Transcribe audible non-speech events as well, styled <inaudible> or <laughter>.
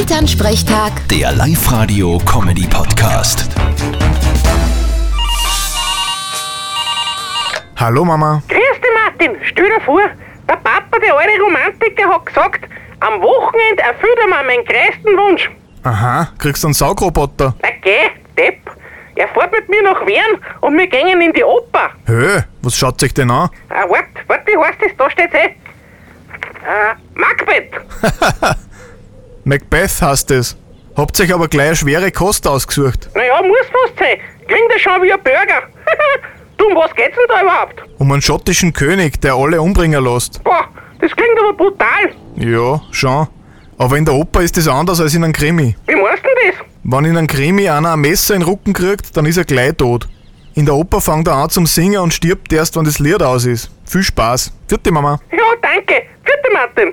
Elternsprechtag, Der Live-Radio-Comedy-Podcast. Hallo Mama. Grüß dich, Martin. Stell dir vor, der Papa, der alte Romantiker, hat gesagt, am Wochenende erfüllt er mir meinen größten Wunsch. Aha, kriegst du einen Saugroboter? Na geh, Depp. Er fährt mit mir nach Wien und wir gehen in die Oper. Hö, was schaut sich denn an? Ah, wart, wart, wie heißt das? Da steht's eh. Äh, Macbeth. Macbeth heißt es. Habt sich aber gleich eine schwere Kost ausgesucht. Naja, muss fast sein. Klingt ja schon wie ein Burger. <laughs> du, um was geht's denn da überhaupt? Um einen schottischen König, der alle umbringen lässt. Boah, das klingt aber brutal. Ja, schon. Aber in der Oper ist das anders als in einem Krimi. Wie meinst du denn das? Wenn in einem Krimi einer ein Messer in den Rücken kriegt, dann ist er gleich tot. In der Oper fängt er an zum Singen und stirbt erst, wenn das Lied aus ist. Viel Spaß. Vierte Mama. Ja, danke. Vierte Martin.